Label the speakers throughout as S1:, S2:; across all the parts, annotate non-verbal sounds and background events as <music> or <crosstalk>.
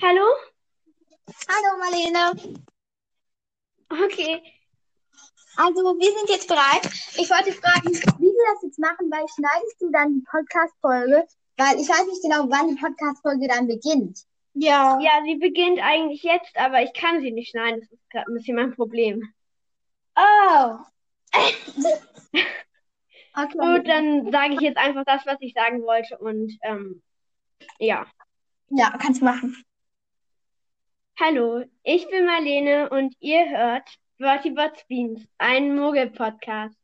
S1: Hallo?
S2: Hallo Marlene.
S1: Okay.
S2: Also wir sind jetzt bereit. Ich wollte fragen, wie wir das jetzt machen, weil schneidest du dann die Podcast-Folge? Weil ich weiß nicht genau, wann die Podcast-Folge dann beginnt.
S1: Ja. Ja, sie beginnt eigentlich jetzt, aber ich kann sie nicht schneiden. Das ist gerade ein bisschen mein Problem.
S2: <laughs> Oh. okay.
S1: Gut, dann sage ich jetzt einfach das, was ich sagen wollte und ähm, ja.
S2: Ja, kannst machen.
S1: Hallo, ich bin Marlene und ihr hört Vertibots Beans, einen Mogel-Podcast.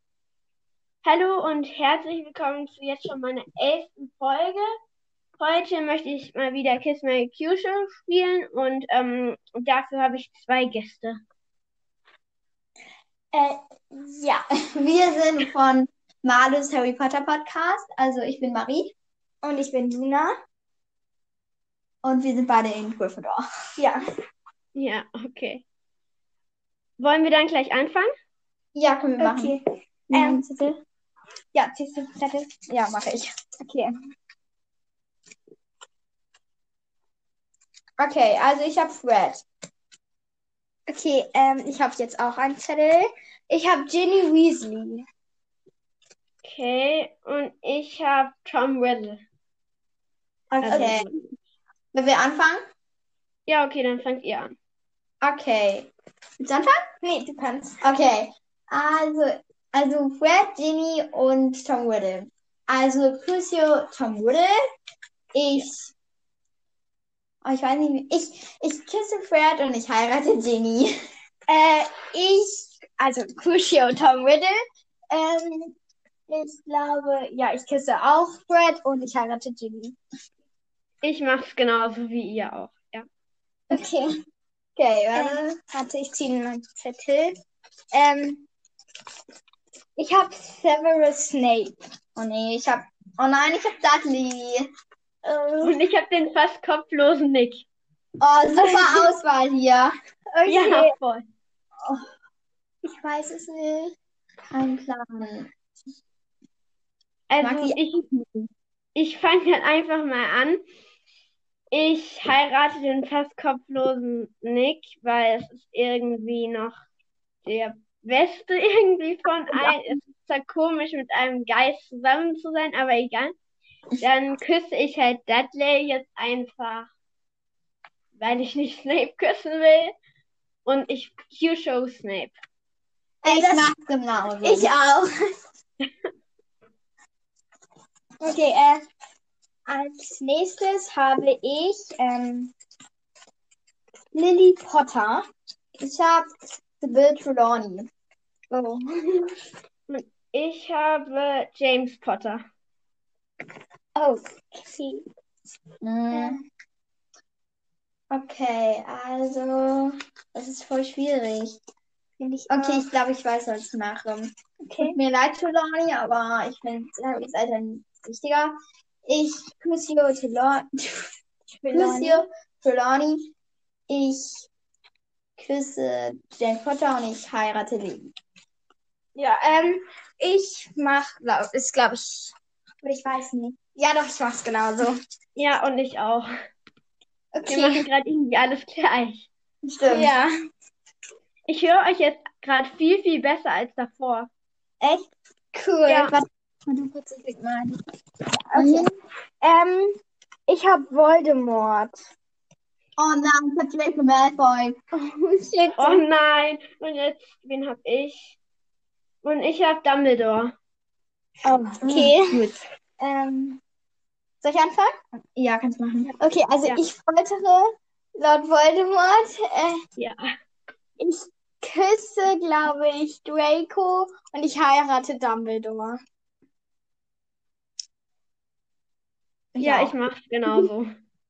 S1: Hallo und herzlich willkommen zu jetzt schon meiner elften Folge. Heute möchte ich mal wieder Kiss My Cute spielen und ähm, dafür habe ich zwei Gäste.
S2: Äh, ja, wir sind von Malus Harry Potter Podcast. Also ich bin Marie
S3: Und ich bin Lina.
S2: und wir sind beide in Gryffindor.
S3: Ja.
S1: Ja, okay. Wollen wir dann gleich anfangen?
S2: Ja, können wir machen.
S3: Okay.
S2: Ähm,
S3: Ähm,
S2: Zettel?
S3: Ja, ziehst du den Zettel?
S2: Ja, mache ich.
S3: Okay.
S2: Okay, also ich habe Fred.
S3: Okay, ähm, ich habe jetzt auch einen Zettel. Ich habe Ginny Weasley.
S1: Okay, und ich habe Tom Riddle.
S3: Also,
S1: Also,
S2: Okay. Wollen wir anfangen?
S1: Ja, okay, dann fangt ihr an.
S2: Okay. Willst du anfangen?
S3: Nee, du kannst.
S2: Okay, also, also Fred, Ginny und Tom Riddle. Also Crucio, Tom Riddle. Ich, oh, ich weiß nicht, ich, ich küsse Fred und ich heirate Ginny.
S3: <laughs> Äh, ich, also Crucio und Tom Riddle. Ähm, ich glaube, ja, ich küsse auch Fred und ich heirate Ginny.
S1: Ich mach's genauso wie ihr auch. Ja.
S3: Okay.
S2: Okay,
S3: Äh,
S2: warte.
S3: warte, ich ziehe einen Zettel. Ähm, ich habe Severus Snape.
S2: Oh nee, ich hab, oh nein, ich hab Dudley.
S3: Äh,
S1: Und ich habe den fast kopflosen Nick.
S2: Oh, super Auswahl hier.
S3: okay.
S1: Ja, voll.
S2: Ich weiß es nicht. Kein Plan.
S1: Also
S2: Mag
S1: ich, ich fange dann einfach mal an. Ich heirate den fast kopflosen Nick, weil es ist irgendwie noch der Beste <laughs> irgendwie von allen. Es ist zwar komisch, mit einem Geist zusammen zu sein, aber egal. Dann küsse ich halt Dudley jetzt einfach, weil ich nicht Snape küssen will. Und ich Q-Show Snape.
S2: Ich
S3: das-
S2: mach's genauso.
S3: Ich auch. <laughs> Okay, äh, als nächstes habe ich ähm, Lily Potter.
S2: ich hab Bill Trelawney.
S3: Oh. <laughs>
S1: Ich habe James Potter.
S3: Okay. Hm.
S2: Mhm. Okay, also, das ist voll schwierig.
S3: Finde ich
S2: Okay, ich glaube, ich weiß, was ich mache.
S3: auch. Okay.
S2: Mir leid, Trelawney, aber ich äh, finde Harrys Eltern wichtiger. Ich küsse <laughs> Trelawney. Lucio Trelawney. Ich küsse Jane Potter und ich heirate Lee.
S3: Ja, ähm, ich mach, glaub, ist glaube ich, aber ich weiß nicht. Ja, doch, ich mach's genauso.
S1: Ja, und ich auch. Wir
S3: Okay.
S1: machen gerade irgendwie alles gleich.
S2: Stimmt.
S3: Ja.
S1: Ich höre euch jetzt gerade viel, viel besser als davor.
S3: Echt cool.
S1: Ja.
S3: Warte,
S2: Du kurz den Klick mal.
S3: okay. Ähm, ich habe Voldemort.
S2: Oh nein, ich hab Draco Malfoy.
S3: Shit.
S1: Oh nein! Und jetzt, wen hab ich? Und ich hab Dumbledore.
S3: Okay.
S1: Ah, Gut.
S3: Ähm, soll ich anfangen?
S2: Ja, kannst machen.
S3: Okay, also
S1: Ja.
S3: ich foltere Lord Voldemort. Äh,
S1: Ja.
S3: ich küsse, glaube ich, Draco und ich heirate Dumbledore.
S1: Ja, ich mach's
S3: <laughs>
S1: genauso.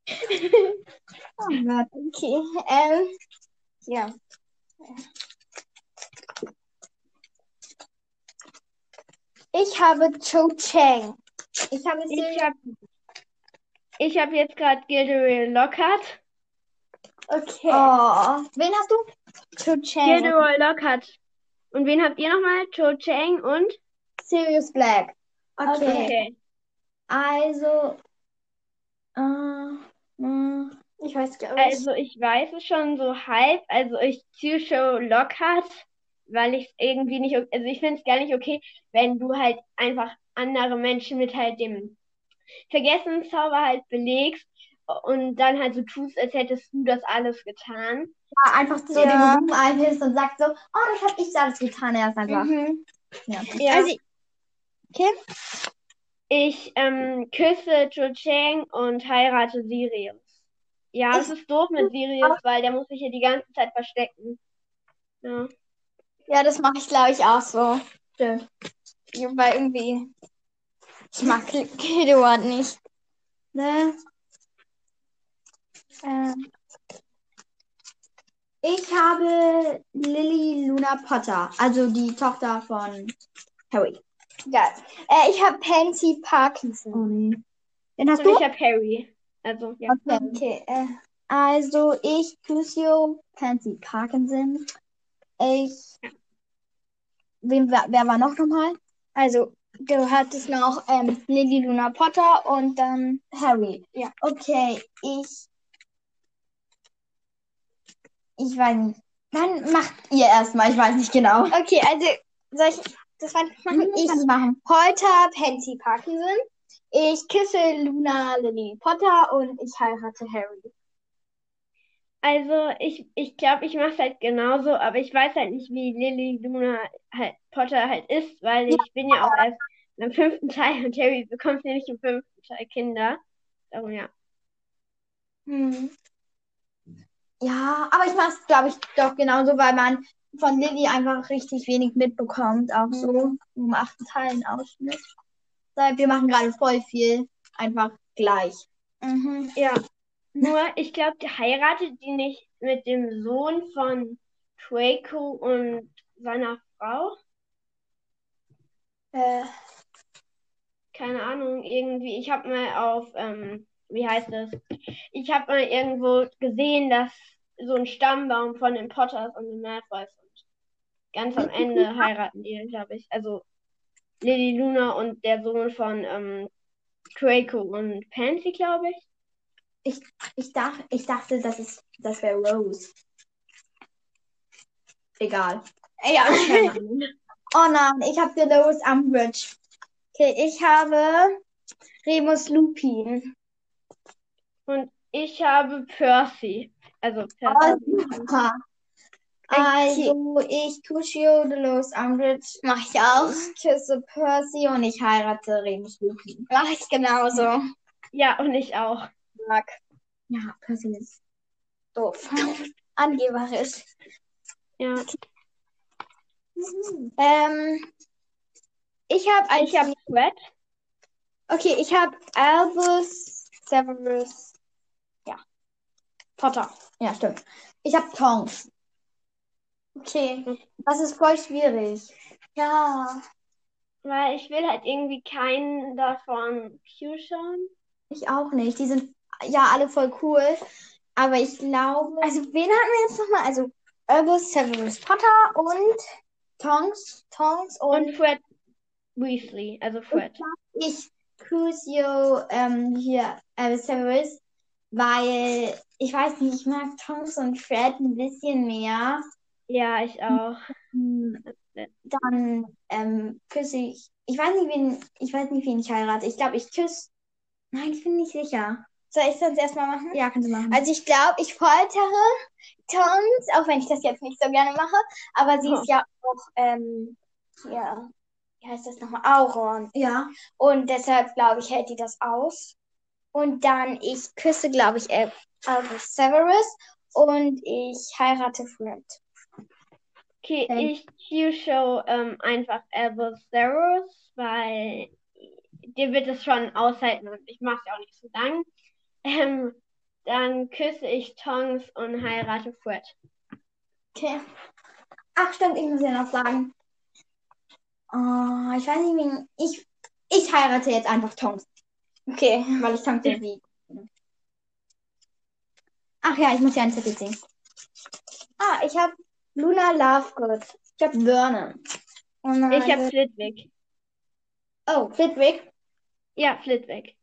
S2: Oh Gott.
S3: Okay, ähm, ja. Ich habe Cho Chang.
S2: Ich habe es
S1: Ich hab, ich hab jetzt gerade Gilderoy Lockhart.
S3: Okay.
S2: Oh, wen hast du?
S3: Cho Chang.
S1: Gilderoy Lockhart. Und wen habt ihr nochmal? Cho Chang und?
S2: Sirius Black.
S3: Okay.
S1: Okay.
S2: Also, Ah, äh, mh,
S3: Ich weiß gar nicht.
S1: Also ich weiß es schon so halb. Also ich Show Lockhart, weil ich es irgendwie nicht, also ich finde es gar nicht okay, wenn du halt einfach andere Menschen mit halt dem Vergessenszauber halt belegst und dann halt so tust, als hättest du das alles getan.
S2: Ja, einfach so
S3: Ja.
S2: den Ruhm einhilfst und sagt so, oh, das hab ich alles getan, er ist einfach.
S1: Mhm.
S2: Ja.
S1: Ja.
S3: Also,
S1: Ich ähm, küsse Cho Chang und heirate Sirius. Ja, es ist doof mit Sirius, weil der muss sich hier die ganze Zeit verstecken. Ja.
S3: ja, das mache ich, glaube ich, auch so. Stimmt. Ja, Weil irgendwie. Ich mag Gil- Gilderoy nicht. Ne? Ähm,
S2: Ich habe Lily Luna Potter, also die Tochter von Harry.
S3: geil. Äh, ich habe Pansy Parkinson.
S2: Oh nee. Den hast
S1: Und
S2: du?
S1: ich habe Harry. Also, ja.
S3: Okay, äh,
S2: Also ich um, Crucio, Pansy Parkinson. Ich. Wem, wer, wer war noch nochmal?
S3: also, du hattest noch ähm, Lily Luna Potter und dann.
S2: Harry.
S3: Ja.
S2: Okay, ich. Ich weiß nicht. Dann macht ihr erstmal, ich weiß nicht genau.
S3: Okay, also, soll ich. Das war
S2: Hm,
S3: ich.
S2: kann ich machen.
S3: Polter Pansy Parkinson. Ich küsse Luna Lily Potter und ich heirate Harry.
S1: Also, ich, ich glaube, ich mache es halt genauso, aber ich weiß halt nicht, wie Lily Luna halt, Potter halt ist, weil ich bin ja auch erst im fünften Teil und Harry bekommt ja nicht im fünften Teil Kinder. Darum ja.
S3: Hm.
S2: Ja, aber ich mache es, glaube ich, doch genauso, weil man von Lilly einfach richtig wenig mitbekommt, auch so
S3: Mhm.
S2: im achten Teilen Ausschnitt. Deshalb, wir machen gerade voll viel einfach gleich.
S3: Mhm.
S1: Ja. Nur, ich glaube, die heiratet die nicht mit dem Sohn von Draco und seiner Frau.
S3: Äh,
S1: Keine Ahnung, irgendwie. Ich habe mal auf, ähm, wie heißt das? Ich habe mal irgendwo gesehen, dass so ein Stammbaum von den Potters und den Malfoys und ganz am Ende heiraten die, glaube ich. Also Lily Luna und der Sohn von ähm, Draco und Pansy, glaube ich.
S2: Ich, dach, ich dachte, das, ist, das wäre Rose. Egal.
S3: ja,
S2: Keine Ahnung. <laughs> oh nein, ich habe den Rose Umbridge.
S3: okay, ich habe Remus Lupin.
S1: Ich habe Percy. Also Percy.
S2: Oh, super. Also, ich Crucio, the Rose Umbridge.
S3: Mach ich auch.
S2: Ich küsse Percy und ich heirate Remus Lupin.
S3: Mach ich genauso.
S1: Ja, und ich auch.
S3: Mag.
S2: Ja, Percy ist.
S3: Doof. <laughs>
S2: <laughs>
S3: Angeberisch.
S1: Ja.
S3: Ähm, ich habe ein.
S1: Ich habe Fred.
S3: Okay, ich habe Albus Severus. Ja. Potter.
S2: Ja, stimmt. Ich habe Tongs.
S3: Okay.
S2: Das ist voll schwierig.
S3: Ja.
S1: Weil ich will halt irgendwie keinen davon Q schauen.
S2: Ich auch nicht. Die sind ja alle voll cool. Aber ich glaube,
S3: Also, wen hatten wir jetzt nochmal? Also, Albus Severus Potter und
S2: Tongs,
S3: Tongs und
S1: Und Fred Weasley, also Fred.
S2: ich, Crucio, ähm, hier, äh, Severus, weil ich weiß nicht, ich mag Tongs und Fred ein bisschen mehr.
S1: Ja, ich auch.
S2: Hm, Dann ähm, küsse ich. Ich weiß nicht, wen, ich weiß nicht, wen ich heirate. Ich glaube, ich küsse. Nein, ich bin nicht sicher.
S3: soll ich sonst erstmal machen?
S2: Ja, kannst du machen.
S3: Also, ich glaube, ich foltere Tongs, auch wenn ich das jetzt nicht so gerne mache, aber sie
S1: Hm.
S3: ist ja auch, ähm, hier, wie heißt das nochmal? Auron.
S2: ja.
S3: Und deshalb, glaube ich, hält die das aus. Und dann, ich küsse, glaube ich, Al- Albus Severus und ich heirate Fred.
S1: Okay,
S2: Ähm.
S1: ich Q-Show ähm, einfach Albus Severus, weil dir wird es schon aushalten und ich mach's ja auch nicht so lang. Ähm, dann küsse ich Tongs und heirate Fred.
S2: Okay. Ach, stimmt, ich muss ja noch sagen. Oh, ich weiß nicht, wen. Ich, ich heirate jetzt einfach Tongs,
S3: Okay.
S2: weil ich Tongs irgendwie. Ach ja, ich muss ja einen Zettel ziehen.
S3: Ah, ich habe Luna Lovegood.
S2: Ich habe Vernon.
S3: Oh nein.
S1: Ich habe Flitwick.
S2: Oh, Flitwick.
S1: Ja, Flitwick.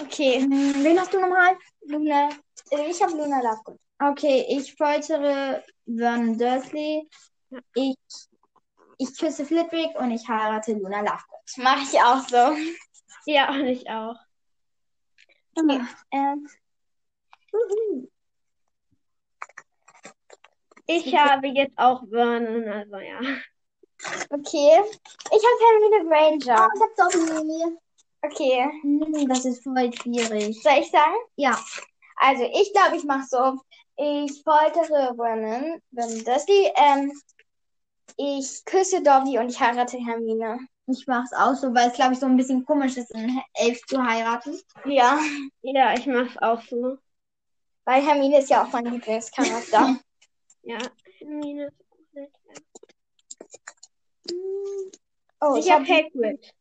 S3: Okay,
S2: mm, Hm, Wen hast du nochmal?
S3: Luna
S2: Ich habe Luna Lovegood. Okay, ich foltere Vernon Dursley. Ich, ich küsse Flitwick und ich heirate Luna Lovegood.
S3: Mache ich auch so.
S1: Ja, und ich auch.
S2: Okay. Ähm,
S3: Juhu.
S1: Ich habe jetzt auch Vernon, also ja.
S3: Okay. Ich habe Hermine Granger.
S2: oh, ich habe Doppellinie.
S3: Okay.
S2: Hm, das ist voll schwierig.
S3: Soll ich sagen?
S2: Ja.
S3: Also, ich glaube, ich mache so. Ich foltere Vernon, Vernon Dursley. Ähm, ich küsse Dobby und ich heirate Hermine.
S2: Ich mache es auch so, weil es, glaube ich, so ein bisschen komisch ist, einen Elf zu heiraten.
S3: Ja,
S1: Ja, ich mache es auch so.
S3: weil Hermine ist ja auch
S2: <laughs>
S3: mein Lieblingscharakter.
S1: Ja. Minus.
S3: oh,
S1: Ich habe Hagrid.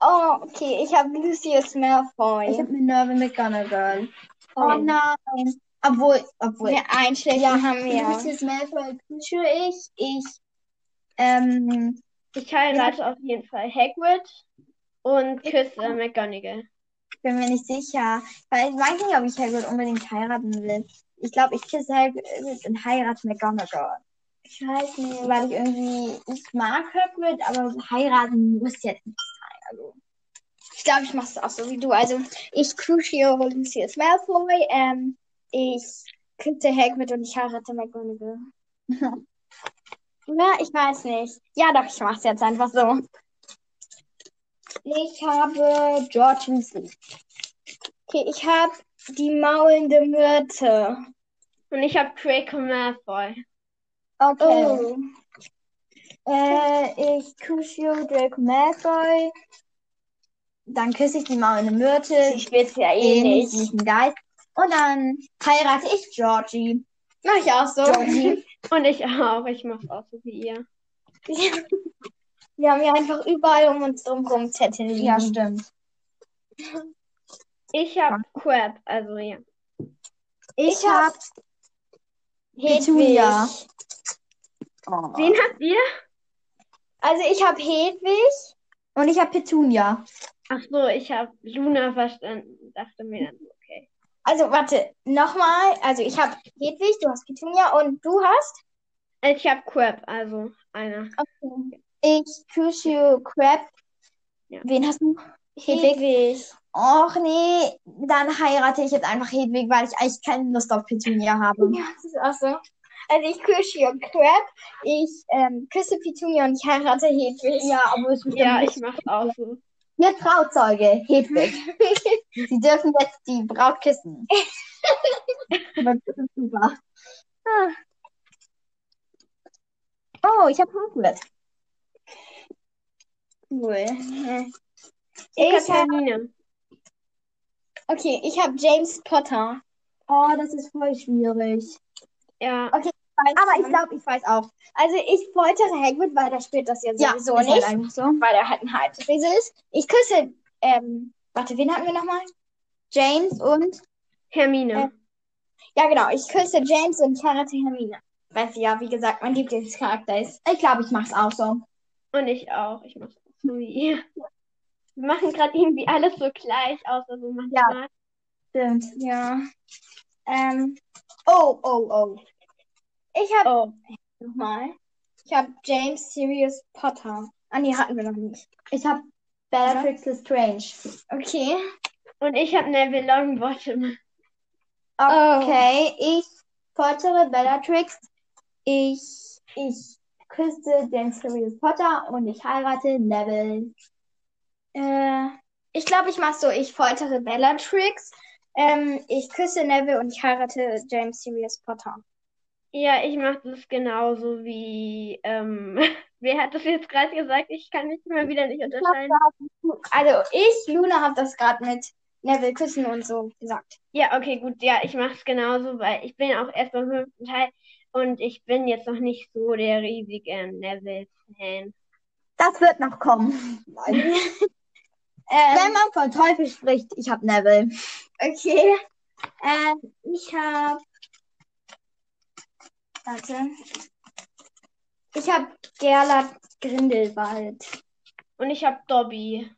S3: Oh, okay. Ich habe Lucius Malfoy.
S2: Ich habe Minerva McGonagall.
S3: Oh.
S2: nein. Obwohl, obwohl.
S3: mir einen schlechten
S2: Ja,
S3: haben wir.
S2: Lucius Malfoy küsse ich. Ich, ähm,
S1: Ich heirate auf jeden Fall Hagrid und küsse McGonagall.
S2: bin mir nicht sicher. Weil ich weiß nicht, ob ich Hagrid unbedingt heiraten will. Ich glaube, ich küsse Hagrid und heirate McGonagall.
S3: Ich weiß nicht.
S2: Weil ich irgendwie, ich mag Hagrid, aber heiraten muss jetzt nicht sein. Also,
S3: Ich glaube, ich mache es auch so wie du. Also, ich Crucio Lucius Malfoy. Ähm, ich küsse Hagrid und ich heirate McGonagall. <laughs> Na, ich weiß nicht. Ja, doch, ich mache es jetzt einfach so.
S2: ich habe George Weasley.
S3: Okay, ich habe die maulende Myrte.
S1: Und ich habe Draco Malfoy.
S2: Okay.
S3: Oh.
S2: Äh, ich Crucio Draco Malfoy. Dann küsse ich die maulende Myrte.
S3: Ich will es ja eh
S2: ähnlich
S3: nicht.
S2: wie ein Geist. Und dann heirate ich Georgie.
S3: Mach ich auch so.
S2: Georgie.
S1: Und ich auch. Ich mache es auch so wie ihr.
S3: Wir haben ja einfach überall um uns drum rum Zettel liegen.
S2: ja, stimmt.
S1: Ich habe Crab, also ja.
S2: Ich,
S3: Ich
S2: hab
S3: hab- Hedwig.
S2: Petunia.
S1: Wen habt ihr?
S3: Also ich habe Hedwig.
S2: Und ich hab Petunia.
S1: Ach so, ich habe Luna verstanden. Dachte mir dann, okay.
S3: Also warte, nochmal. Also ich habe Hedwig, du hast Petunia und du hast?
S1: Ich habe Crab, also einer.
S2: Ich Crucio Crab.
S1: Ja.
S2: Wen hast du? Hedwig.
S3: Hedwig.
S2: Och nee, dann heirate ich jetzt einfach Hedwig, weil ich eigentlich keine Lust auf Petunia habe.
S3: Ja, das ist auch so. Also ich küsse und Crab. Ich ähm, küsse Petunia und ich heirate Hedwig.
S2: Ja, obwohl es
S1: Ja, ich mache es auch so.
S2: Ihr Trauzeuge,
S3: <laughs>
S2: Hedwig. Sie dürfen jetzt die Braut küssen. Aber das ist super. Ah. Oh, ich habe Hagrid.
S3: Cool.
S1: Ich
S3: Ich
S1: habe
S3: hab,
S1: Hermine.
S3: okay, ich habe James Potter.
S2: Oh, das ist voll schwierig.
S1: Ja,
S2: Aber ich glaube, ich weiß auch.
S3: Also ich foltere Hagrid, weil der spielt das ja sowieso
S2: ist halt
S3: nicht.
S2: eigentlich so.
S3: weil er halt ein Halbriese ist. Ich küsse, ähm, warte, wen hatten wir nochmal?
S2: James und
S1: Hermine.
S3: Ja, genau, ich küsse James und heirate Hermine. Weil sie ja, wie gesagt, mein Lieblingscharakter ist.
S2: ich glaube, ich mache es auch so.
S1: Und ich auch. Ich mache es auch so wie ihr. Wir machen gerade irgendwie alles so gleich, außer so manchmal.
S2: Stimmt.
S3: Ja. Ähm,
S2: Oh, oh, oh.
S3: ich habe
S1: Oh,
S3: nochmal. Ich habe James Sirius Potter. Ah, nee, hatten wir noch nicht.
S2: Ich habe Bellatrix Lestrange.
S3: Okay.
S1: und ich habe Neville Longbottom.
S2: Okay,
S3: Oh.
S2: ich foltere Bellatrix. Ich, ich küsse den Sirius Potter und ich heirate Neville.
S3: Äh, ich glaube, ich mache so, ich foltere Bellatrix. Ähm, ich küsse Neville und ich heirate James Sirius Potter.
S1: Ja, ich mache das genauso wie. Ähm, <laughs> wer hat das jetzt gerade gesagt? Ich kann mich mal wieder nicht unterscheiden.
S3: Also ich, Luna, habe das gerade mit Neville küssen und so gesagt.
S1: Ja, okay, gut. Ja, ich mache es genauso, weil ich bin auch erst beim fünften Teil und ich bin jetzt noch nicht so der riesige Neville-Fan.
S2: Das wird noch kommen. Wenn
S3: Ähm,
S2: man von Teufel spricht, ich habe Neville.
S3: okay. Ähm, ich habe. Warte. Ich habe Gerlach Grindelwald.
S1: Und ich habe Dobby.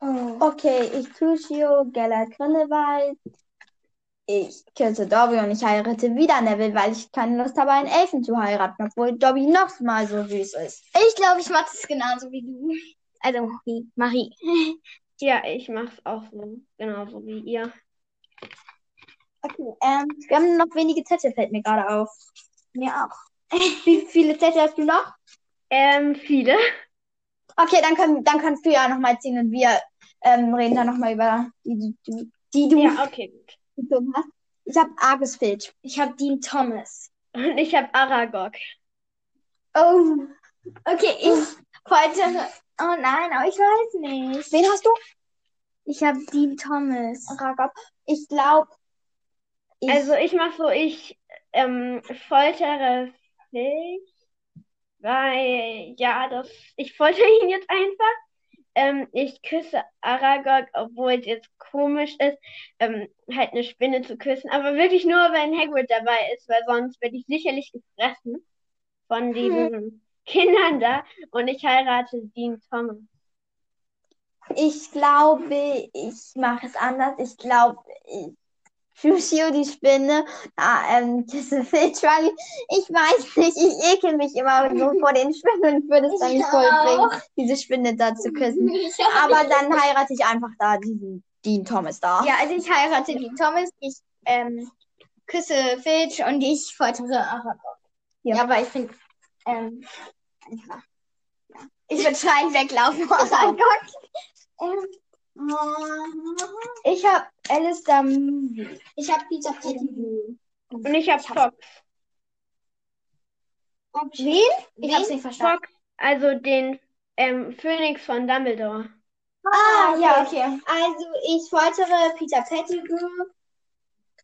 S3: Oh.
S2: Okay, ich Crucio, Geller Grindelwald. Ich küsse Dobby und ich heirate wieder Neville, weil ich keine Lust habe, einen Elfen zu heiraten, obwohl Dobby noch mal so süß ist.
S3: Ich glaube, ich mache das genauso wie du. Also, wie Marie.
S1: Ja, ich mach's auch so. Genauso wie ihr.
S2: Okay, ähm, wir haben noch wenige Zettel, fällt mir gerade auf.
S3: Mir auch.
S2: Wie viele Zettel hast du noch?
S1: Ähm, viele.
S2: Okay, dann, können, dann kannst du ja nochmal ziehen und wir ähm, reden dann nochmal über die, die, die, die du
S1: Ja, okay, gut.
S2: gezogen hast. Ich habe Argus Filch.
S3: Ich habe Dean Thomas.
S1: Und ich habe Aragog.
S2: Oh,
S3: Okay, ich heute. Oh nein, aber ich weiß nicht.
S2: wen hast du?
S3: Ich habe Dean Thomas.
S2: Ragab. Ich glaube, ich,
S1: Also ich mach so, ich ähm, foltere Filch, weil, ja, das, ich folter <laughs> ihn jetzt einfach. Ähm, ich küsse Aragog, obwohl es jetzt komisch ist, ähm, halt eine Spinne zu küssen, aber wirklich nur, wenn Hagrid dabei ist, weil sonst werde ich sicherlich gefressen von diesen Kindern da und ich heirate Dean Thomas.
S2: ich glaube, ich mache es anders. Ich glaube, ich Lucio die Spinne, ah, ähm, küsse <laughs> Filch, weil ich weiß nicht, ich ekel mich immer
S3: <laughs>
S2: so vor den Spinnen und würde es dann
S3: Ich
S2: voll
S3: auch.
S2: bringen, diese Spinne da zu küssen. Aber dann heirate ich einfach da diesen Dean Thomas da.
S3: Ja, also ich heirate Dean Thomas. Ich ähm, küsse Filch und ich foltere Aragorn.
S2: Ja.
S3: Ja. aber ich finde. Ähm, einfach, ja. Ich würde schreiend weglaufen <laughs> vor Aragorn. Ähm,
S2: Ich habe Alistair Moody.
S3: ich habe Peter Pettigrew.
S1: Und ich habe Fox.
S3: Wen? Ich
S2: Wen?
S3: hab's nicht verstanden.
S1: Fox, also den ähm, Phönix von Dumbledore.
S2: Ah, ja,
S3: okay.
S2: Also, ich foltere Peter Pettigrew.
S3: <laughs>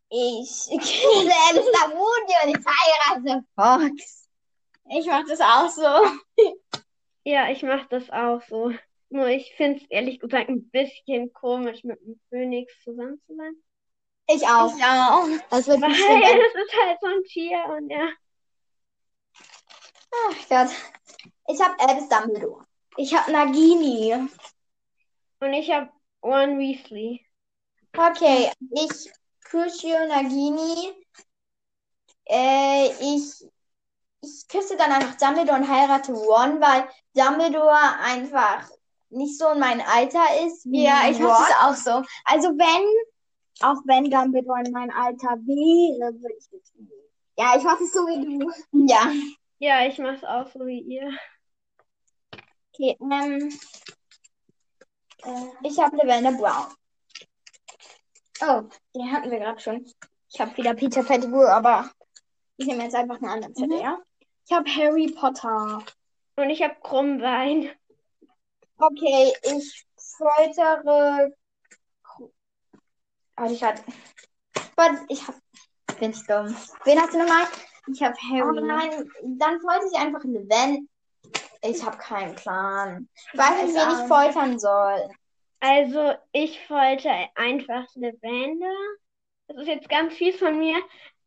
S2: Ich küsse Alistair Moody und ich heirate Fox.
S3: Ich mach das auch so.
S1: Ja, ich mach das auch so. Nur ich find's ehrlich gesagt ein bisschen komisch, mit dem Phönix zusammen zu sein.
S2: Ich auch.
S3: Ich auch.
S2: Das wird
S1: Weil
S2: nicht schlimm.
S1: das ist halt so ein Tier und ja.
S2: Ach Gott. Ich habe Albus Dumbledore.
S3: Ich hab Nagini.
S1: Und ich hab One Weasley.
S2: Okay, ich Crucio Nagini. Äh, ich, ich küsse dann einfach Dumbledore und heirate Ron, weil Dumbledore einfach nicht so in mein Alter ist wie
S3: Ja, ich
S2: Ron.
S3: mach das auch so. Also wenn, auch wenn Dumbledore in mein Alter wäre, würde ich das nehmen. Ja, ich mach das so wie du.
S2: Ja.
S1: Ja, ich mach's auch so wie ihr.
S3: Okay, ähm,
S2: äh, Ich habe Lavender Brown.
S3: oh, den hatten wir gerade schon. Ich habe wieder Peter Pettigrew, aber ich nehme jetzt einfach eine andere Zettel,
S2: Mhm.
S3: ja? Ich habe Harry Potter.
S1: Und ich hab Krummbein.
S2: Okay, ich foltere. Oh, ich hatte. Warte, ich hab. Bin ich dumm. Wen hast du nochmal?
S3: Ich habe
S2: Oh
S3: Harry.
S2: nein, dann folter ich einfach Lavender. Ich habe keinen Plan. Ich weiß nicht, wen ich
S3: Ähm.
S2: foltern soll.
S1: Also, ich folter einfach Lavender. Das ist jetzt ganz viel von mir,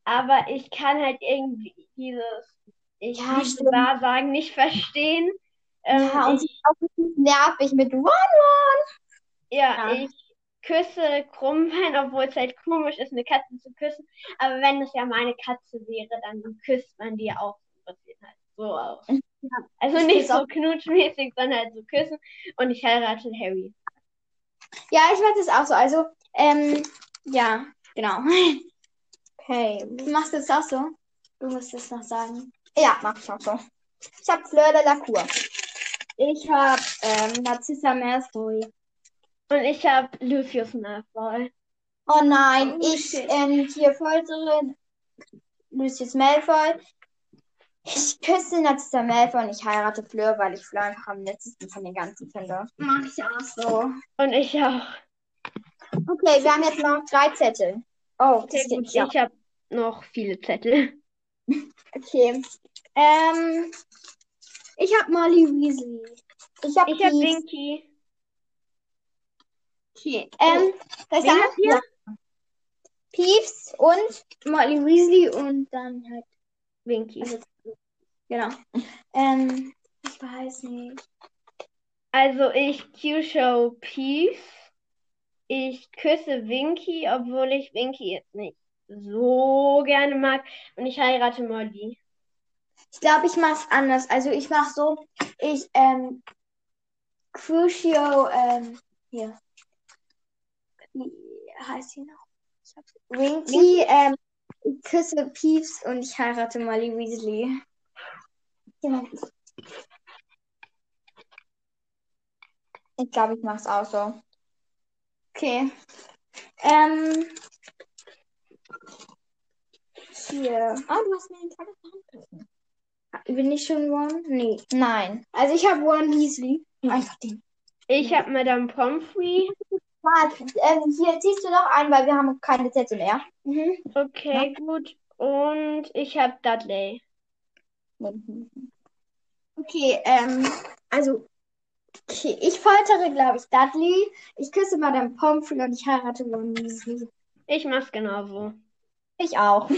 S1: aber ich kann halt irgendwie dieses ich
S2: Ja,
S1: liebe
S2: stimmt.
S1: Wahrsagen nicht verstehen. Ähm,
S2: Ja, und
S1: ich,
S2: Auch nervig mit One One.
S1: ja,
S3: Ja.
S1: ich küsse Krummbein, obwohl es halt komisch ist, eine Katze zu küssen. Aber wenn es ja meine Katze wäre, dann küsst man die auch so ein bisschen halt so aus. Also
S3: Ich
S1: nicht
S3: küsse
S1: so knutschmäßig, sondern halt so küssen. Und ich heirate Harry.
S3: Ja, ich mach das auch so. Also, ähm, ja, genau.
S2: <laughs> Okay.
S3: Du machst das auch so? Du musst das noch sagen.
S2: Ja, mach ich auch so. Ich habe Fleur de la Cour.
S3: Ich habe ähm, Narcissa Malfoy.
S1: Und ich habe Lucius Malfoy.
S2: Oh nein,
S3: Oh,
S2: ich
S3: shit.
S2: ähm, hier foltere Lucius Malfoy. Ich küsse Narcissa Malfoy und ich heirate Fleur, weil ich Fleur einfach am nettesten von den ganzen finde.
S3: Mach ich auch so.
S1: Und ich auch.
S2: Okay, wir haben jetzt noch drei Zettel. Oh,
S1: Sehr
S2: das
S1: gut.
S2: geht ja.
S1: Ich habe noch viele Zettel.
S2: Okay.
S3: Ähm, ich habe Molly Weasley.
S2: Ich habe
S1: Ich habe
S2: Peeves.
S1: Winky.
S3: Okay.
S2: Ähm, soll
S3: Ähm,
S2: ich
S1: Wen
S2: sagen?
S1: habt ihr?
S2: Peeves und
S3: Molly Weasley und dann halt,
S1: Winky. <laughs>
S3: genau. Ähm, ich weiß nicht.
S1: Also ich Q-Show Peace. Ich küsse Winky, obwohl ich Winky jetzt nicht so gerne mag. Und ich heirate Molly.
S2: Ich glaube, ich mache es anders. Also ich mache so, ich, ähm, Crucio, ähm, hier. Wie heißt sie noch? Ich hab's- Winky, ähm, ich küsse Peeves und ich heirate Molly Weasley.
S3: Genau.
S2: Ich glaube, ich mache es auch so. Okay. Ähm. Hier.
S3: Ah, du hast mir den Tag
S2: Bin ich schon Ron? Nee.
S3: Nein.
S2: Also ich habe Ron Weasley.
S3: Einfach den.
S1: Ich habe Madame Pomfrey.
S3: Warte, ähm, hier ziehst du noch einen, weil wir haben keine Sätze mehr.
S2: Mhm.
S1: Okay, gut. Und ich habe Dudley.
S2: Okay, ähm, also okay, ich foltere, glaube ich, Dudley. Ich küsse Madame Pomfrey und ich heirate Ron Weasley.
S1: Ich mach's genauso.
S3: Ich auch.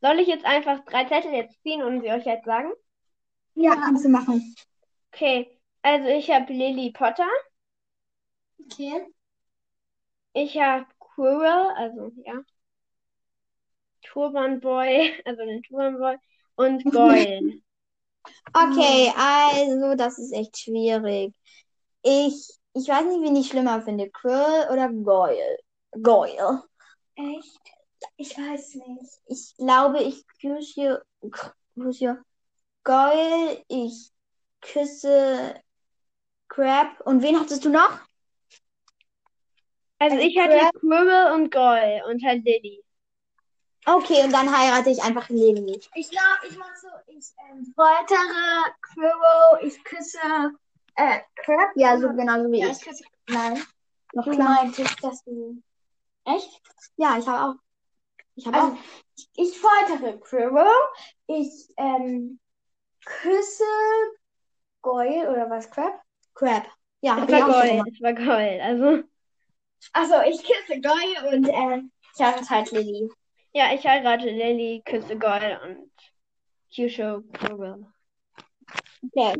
S1: Soll ich jetzt einfach drei Zettel jetzt ziehen und sie euch jetzt sagen?
S2: Ja, kannst du machen.
S1: Okay, also ich habe Lily Potter.
S2: Okay.
S1: Ich habe Quirrell, also ja. Turbanboy, <laughs> also den Turbanboy. Und Goyle.
S2: Okay,
S3: Hm.
S2: also das ist echt schwierig. Ich, ich weiß nicht, wen ich schlimmer finde, Quirrell oder Goyle. Goyle.
S3: Echt? Ich weiß nicht.
S2: Ich glaube, ich küsse, küsse Goyle, ich küsse Crab. Und wen hattest du noch?
S1: Also ich hatte Quirrell und Goyle und halt Lily.
S2: Okay, und dann heirate ich einfach Lily.
S3: Ich glaube, ich mache so, ich ähm, foltere Quirrell, ich küsse äh, Crab.
S2: Ja, so genauso wie
S3: Ja,
S2: ich.
S3: ich küsse
S2: Nein. Noch
S3: Du
S2: klar.
S3: meintest, dass du. Echt?
S2: Ja, ich habe auch. Ich habe
S3: Also,
S2: auch.
S3: ich, ich foltere Quirrell. Ich ähm, küsse Goyle oder was, Crab?
S2: Crab. Ja,
S1: Es
S2: hab
S1: war
S2: ich auch schon
S1: Goyle,
S2: gemacht.
S1: es war Goyle. Also,
S3: Also, ich küsse Goyle und ähm,
S2: Ich heirate halt Lily.
S1: ja, ich heirate Lily, küsse Goyle und Kyusho Quirrell.
S2: Okay.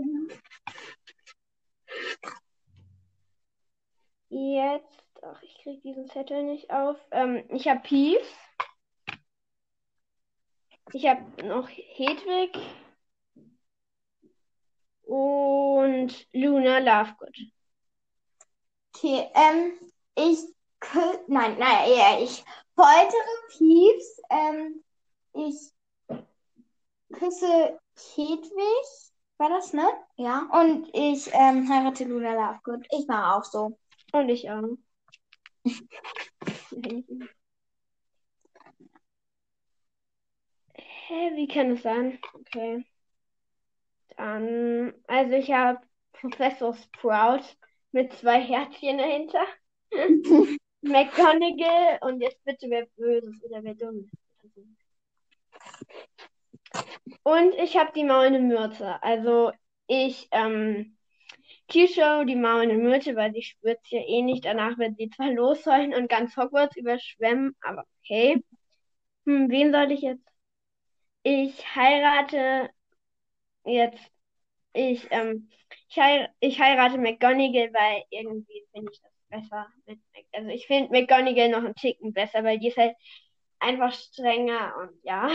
S1: Jetzt, ach, ich krieg diesen Zettel nicht auf. Ähm, ich habe Peeves. Ich habe noch Hedwig. Und Luna Lovegood.
S2: Okay, ähm, ich küsse. Nein, nein, ja, ich foltere Pieps. Ähm, ich küsse Hedwig. War das, ne? Ja. Und ich ähm, heirate Luna Lovegood. Ich mache auch so.
S1: Und ich auch. Hä, wie kann es sein? Okay. Dann, also ich habe Professor Sprout mit zwei Herzchen dahinter. McGonagall und jetzt bitte wer Böses oder wer Dummes. Und ich habe die maulende Myrte. Also ich, ähm, Q-Show, die maulende Myrte, weil sie spürt's ja eh nicht. Danach wird sie zwar losheulen und ganz Hogwarts überschwemmen, aber okay. Hm, wen soll ich jetzt? Ich heirate jetzt. Ich, ähm, ich, heir ich heirate McGonagall, weil irgendwie finde ich das besser. Mit Mac also ich finde McGonagall noch einen Ticken besser, weil die ist halt einfach strenger und ja.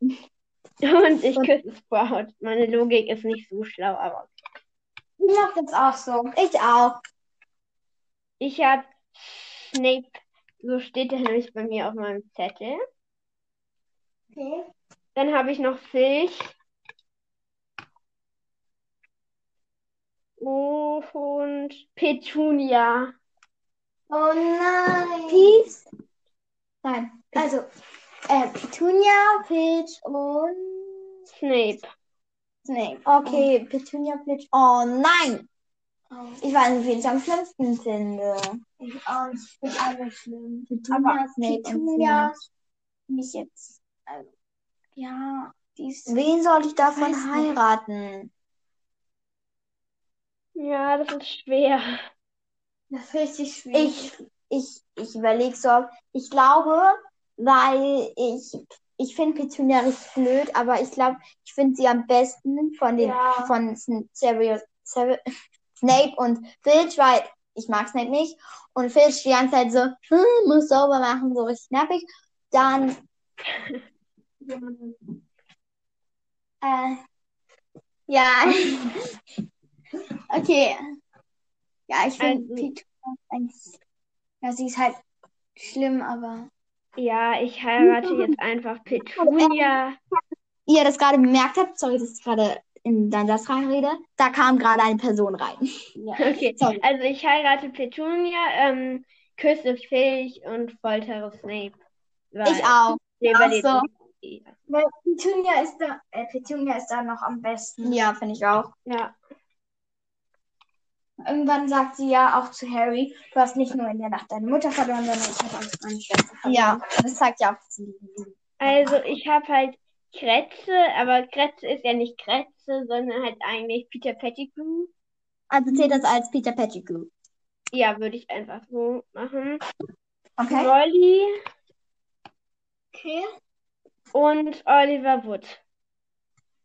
S1: Und ich küsse Sprout. Meine Logik ist nicht so schlau, aber.
S2: Ich mache das auch so. Ich auch.
S1: Ich habe Snape, so steht er nämlich bei mir auf meinem Zettel.
S2: Okay.
S1: Dann habe ich noch Filch. Oh, Und Petunia.
S2: Oh nein. Pieps. Nein. Also, äh, Petunia, Peach und
S1: Snape.
S2: Snape. Okay, Petunia, Peach. Oh nein. Ich weiß nicht, wen ich am schlimmsten finde.
S3: Oh. Ich auch nicht. Ich bin alle schlimm.
S2: Petunia, Snape und
S3: Petunia,
S2: Snape.
S3: mich jetzt. Also, ja, die ist.
S2: Wen soll ich davon
S3: Weiß nicht.
S2: heiraten?
S1: Ja, das ist schwer.
S3: Das ist richtig schwierig.
S2: Ich, ich, ich überlege so. Ich glaube, weil ich, ich finde Petunia richtig blöd, aber ich glaube, ich finde sie am besten von den
S3: Ja.
S2: <laughs> von Sn- Severus, Sever- Snape und Filch, weil ich mag's halt nicht. Und Fisch die ganze Zeit so, hm, muss sauber machen, so richtig nervig. Dann äh, ja. <laughs> okay. Ja, ich finde
S1: Also-
S2: Pete eigentlich. Ja, sie ist halt schlimm, aber.
S1: Ja, ich heirate jetzt einfach
S2: <laughs>
S1: Petunia.
S2: Wie ihr das gerade bemerkt habt, sorry, dass ich gerade in dein Satz reinrede, da kam gerade eine Person rein.
S1: Okay,
S2: Sorry.
S1: also ich heirate Petunia, ähm, küsse Filch und foltere Snape. Weil
S2: Ich auch.
S1: sie überlebt
S2: so.
S1: nicht.
S3: Weil Petunia ist da, äh, Petunia ist da noch am besten.
S2: Ja, finde ich auch.
S1: Ja,
S3: Irgendwann sagt sie ja auch zu Harry, du hast nicht nur in der Nacht deine Mutter verloren, sondern ich habe auch meine Schwester verloren.
S2: Ja, das zeigt ja auch, dass sie
S1: also ich habe halt Kretze, aber Kretze ist ja nicht Kretze, sondern halt eigentlich Peter Pettigrew.
S2: Also zählt das als Peter Pettigrew.
S1: Ja, würde ich einfach so machen.
S2: Okay.
S1: Molly
S3: Okay.
S1: und Oliver Wood.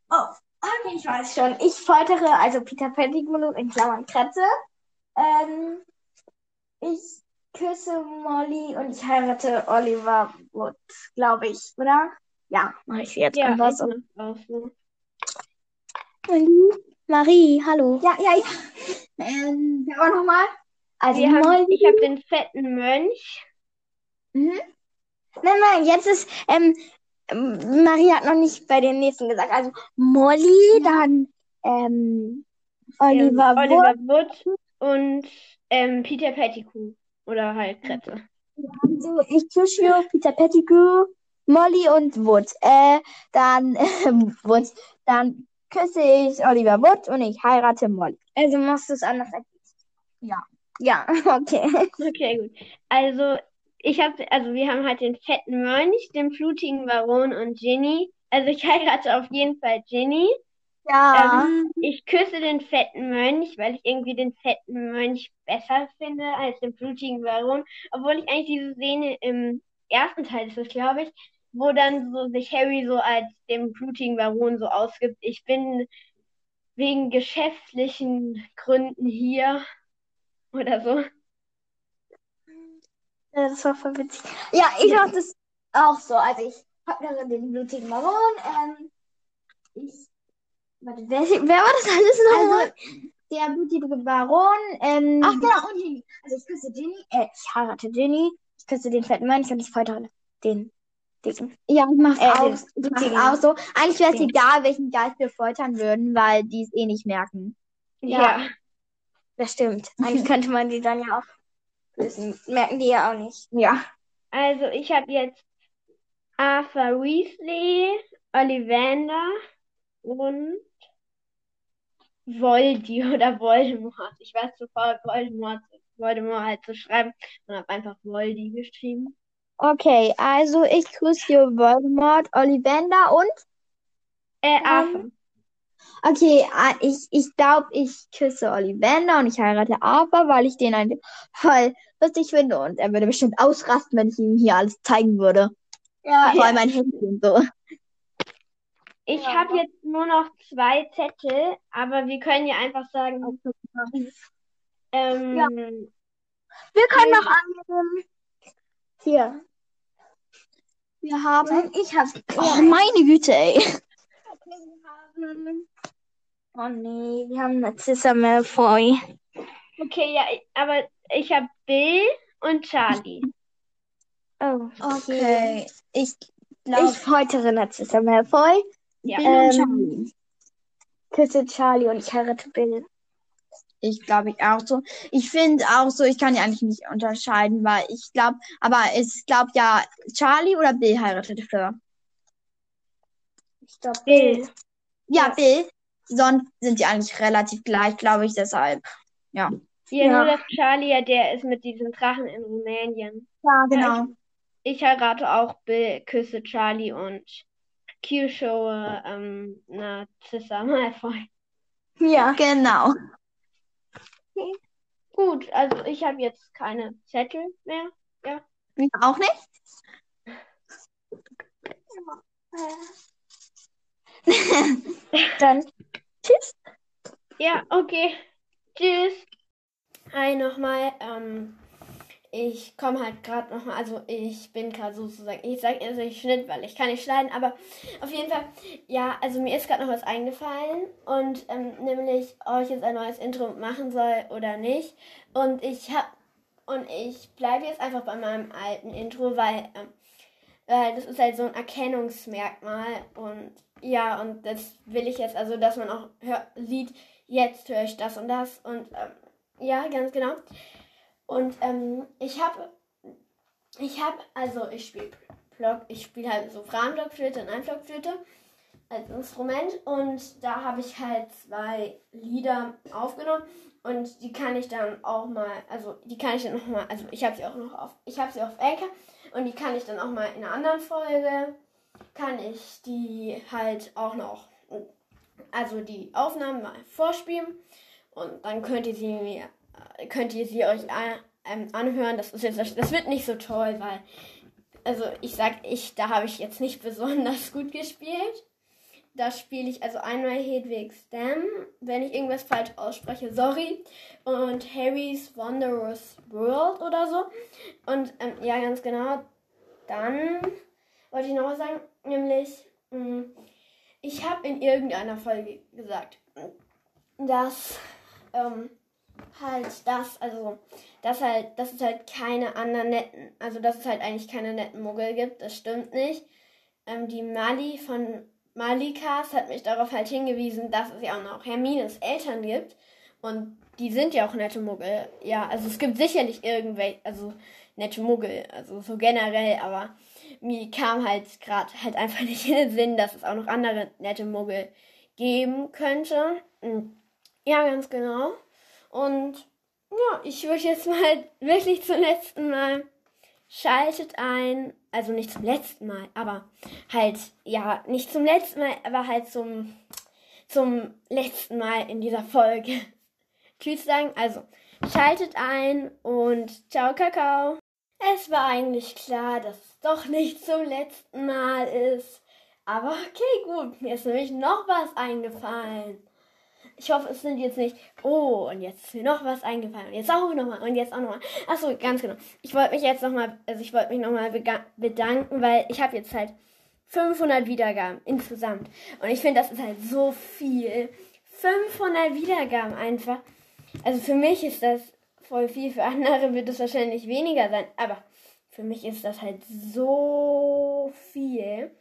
S3: Okay, ich weiß schon. Ich foltere also Peter Pettigrew in Klammern Kretze. Ähm, ich küsse Molly und ich heirate Oliver Wood, glaube ich, oder? Ja, mache ich jetzt.
S1: Ja,
S3: Und was-
S1: ich mach's auch so.
S2: Marie, hallo.
S3: ja, ja. ja. Ähm, wer war nochmal? Also
S1: Wir haben,
S3: Molly.
S1: ich habe den fetten Mönch.
S3: Nein, nein, jetzt ist, ähm, ähm, Maria hat noch nicht bei den nächsten gesagt. Also Molly, dann, ähm, Oliver
S1: ähm,
S3: Wood.
S1: Oliver Wood und ähm, Peter Pettigrew. Oder halt Kretze.
S3: Also, ich küsse Peter Pettigrew, Molly und Wood. Äh, dann, <laughs> ähm, Wood. Dann küsse ich Oliver Wood und ich heirate Molly. Also machst du es anders als ich. Ja. Ja, <laughs> okay.
S1: Okay, gut. Also, ich habe, also wir haben halt den fetten Mönch, den blutigen Baron und Ginny. Also ich <laughs> heirate auf jeden Fall Ginny.
S3: Ja.
S1: Ähm, ich küsse den fetten Mönch, weil ich irgendwie den fetten Mönch besser finde als den blutigen Baron. Obwohl ich eigentlich diese Szene im ersten Teil ist es, glaube ich, wo dann so sich Harry so als dem blutigen Baron so ausgibt. Ich bin wegen geschäftlichen Gründen hier oder so.
S3: das war voll witzig. Ja, ich mach das auch so. Also ich partnere den blutigen Baron. Ähm, ich. Warte, wer, wer war das alles nochmal?
S2: Also,
S3: der blutige Baron, ähm,
S2: Ach,
S3: genau, und Ginny. Also ich küsse Ginny, äh, ich heirate Ginny, ich küsse den fetten Mönch und ich foltere den dicken.
S2: ja, ich mach's
S3: Äh,
S2: auch.
S3: den
S2: Ich mach's
S3: blutigen.
S2: auch so. Eigentlich wäre es
S3: Den-
S2: egal, welchen Geist wir foltern würden, weil die es eh nicht merken.
S1: Ja.
S3: Das stimmt. <laughs> Eigentlich könnte man die dann ja auch küssen. Merken die ja auch nicht.
S2: Ja.
S1: Also ich habe jetzt Arthur Weasley, Ollivander und Voldy <laughs> oder Voldemort. Ich war zu faul, Voldemort, Voldemort halt zu schreiben und habe einfach Voldy geschrieben.
S2: Okay, also ich küsse Voldemort, Ollivander und.
S1: Äh,
S3: Mhm.
S1: Arthur.
S2: Okay, ah, ich, ich glaube, ich küsse Ollivander und ich heirate Arthur, weil ich den ein voll lustig finde und er würde bestimmt ausrasten, wenn ich ihm hier alles zeigen würde.
S3: Ja,
S2: Vor allem mein Handy und so.
S1: Ich
S3: Ja.
S1: habe jetzt nur noch zwei Zettel, aber wir können ja einfach sagen, ähm,
S3: Ja. Wir können noch annehmen. Hier.
S2: Wir haben.
S3: Nein, ich hab's.
S2: Oh, meine Güte, ey.
S3: Oh nee, wir haben Narcissa Malfoy.
S1: okay, ja, ich- aber ich habe Bill und Charlie.
S3: Oh.
S2: Okay, ich
S3: Ich foltere Narcissa Malfoy.
S1: Ja.
S3: Ähm,
S2: ähm,
S3: küsse Charlie und ich heirate Bill.
S2: ich glaube ich auch so. Ich finde auch so, ich kann ja eigentlich nicht unterscheiden, weil ich glaube, aber ich glaube ja, Charlie oder Bill heiratet Fleur.
S3: Ich glaube,
S1: Bill.
S2: Ja,
S3: Ja.
S2: Bill. Sonst sind die eigentlich relativ gleich, glaube ich, deshalb.
S1: Ja,
S3: Ja.
S1: nur dass Charlie ja der ist mit diesem Drachen in Rumänien.
S2: Ja,
S1: genau. Ich heirate auch Bill, küsse Charlie und Kyushoe, ähm, <laughs> Narcissa Malfoy.
S3: Ja.
S2: Genau.
S1: Gut, also ich habe jetzt keine Zettel mehr.
S2: Auch nicht?
S3: Dann
S1: Ja, okay. Tschüss. Hi nochmal. Ähm, ich komme halt gerade nochmal, also ich bin gerade sozusagen, ich sage jetzt nicht Schnitt, weil ich kann nicht schneiden, aber auf jeden Fall, ja, also mir ist gerade noch was eingefallen und ähm, nämlich, ob ich jetzt ein neues Intro machen soll oder nicht. Und ich hab und ich bleibe jetzt einfach bei meinem alten Intro, weil, ähm, weil das ist halt so ein Erkennungsmerkmal und ja, und das will ich jetzt, also dass man auch hör, sieht, jetzt höre ich das und das und ähm, ja, ganz genau. Und ähm, ich habe, ich habe, also ich spiele Block, ich spiele halt so Frauenblockflöte und Einblockflöte als Instrument und da habe ich halt zwei Lieder aufgenommen und die kann ich dann auch mal, also die kann ich dann noch mal, also ich habe sie auch noch auf, ich habe sie auf Anchor und die kann ich dann auch mal in einer anderen Folge, kann ich die halt auch noch, also die Aufnahmen mal vorspielen und dann könnt ihr sie mir könnt ihr sie euch an, ähm, anhören. Das ist jetzt, das wird nicht so toll, weil, also ich sag, ich, da habe ich jetzt nicht <laughs> besonders gut gespielt. Da spiele ich also einmal Hedwigs Dam, wenn ich irgendwas falsch ausspreche, sorry. Und Harry's Wondrous World oder so. Und ähm, ja, ganz genau. Dann wollte ich noch was sagen, nämlich, mh, ich habe in irgendeiner Folge gesagt, dass ähm, halt das, also, dass halt, dass es halt keine anderen netten, also dass es halt eigentlich keine netten Muggel gibt, das stimmt nicht. Ähm, die Mali von Malikas hat mich darauf halt hingewiesen, dass es ja auch noch Hermines Eltern gibt. Und die sind ja auch nette Muggel. Ja, also es gibt sicherlich irgendwelche, also nette Muggel, also so generell, aber mir kam halt gerade halt einfach <laughs> nicht in den Sinn, dass es auch noch andere nette Muggel geben könnte. Hm. Ja, ganz genau. Und ja, ich würde jetzt mal <laughs> wirklich zum letzten Mal schaltet ein. Also nicht zum letzten Mal, aber halt, ja, nicht zum letzten Mal, aber halt zum, zum letzten Mal in dieser Folge. Tschüss sagen. Also, schaltet ein und ciao, Kakao. Es war eigentlich klar, dass es doch nicht zum letzten Mal ist. Aber okay, gut, mir ist nämlich noch was eingefallen. Ich hoffe, es sind jetzt nicht. Oh, und jetzt ist mir noch was eingefallen. Und jetzt auch nochmal. Und jetzt auch nochmal. Achso, ganz genau. Ich wollte mich jetzt nochmal. Also, ich wollte mich nochmal bedanken, weil ich habe jetzt halt 500 Wiedergaben insgesamt. Und ich finde, das ist halt so viel. 500 Wiedergaben einfach. Also, für mich ist das voll viel. Für andere wird es wahrscheinlich weniger sein. Aber für mich ist das halt so viel.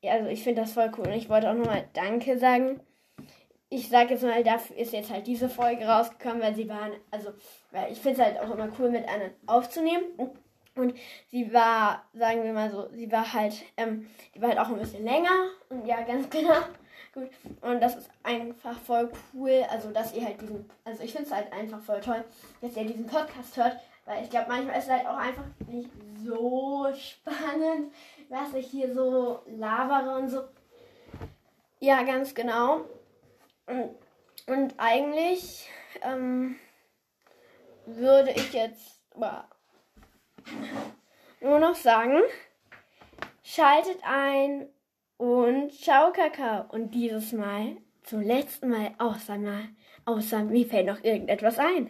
S1: Ja, also, ich finde das voll cool. Und ich wollte auch nochmal Danke sagen ich sag jetzt mal, dafür ist jetzt halt diese Folge rausgekommen, weil sie waren, also, weil ich finde es halt auch immer cool, mit anderen aufzunehmen. Und sie war, sagen wir mal so, sie war halt, ähm, die war halt auch ein bisschen länger. Und ja, ganz <laughs> genau. Gut. Und das ist einfach voll cool. Also, dass ihr halt diesen, also ich finde es halt einfach voll toll, dass ihr diesen Podcast hört. Weil ich glaube, manchmal ist es halt auch einfach nicht so spannend, was ich hier so labere und so. Ja, ganz genau. Und, und eigentlich ähm, würde ich jetzt bah, nur noch sagen, schaltet ein und ciao Kakao. Und dieses Mal, zum letzten Mal, außer mal, außer mir fällt noch irgendetwas ein.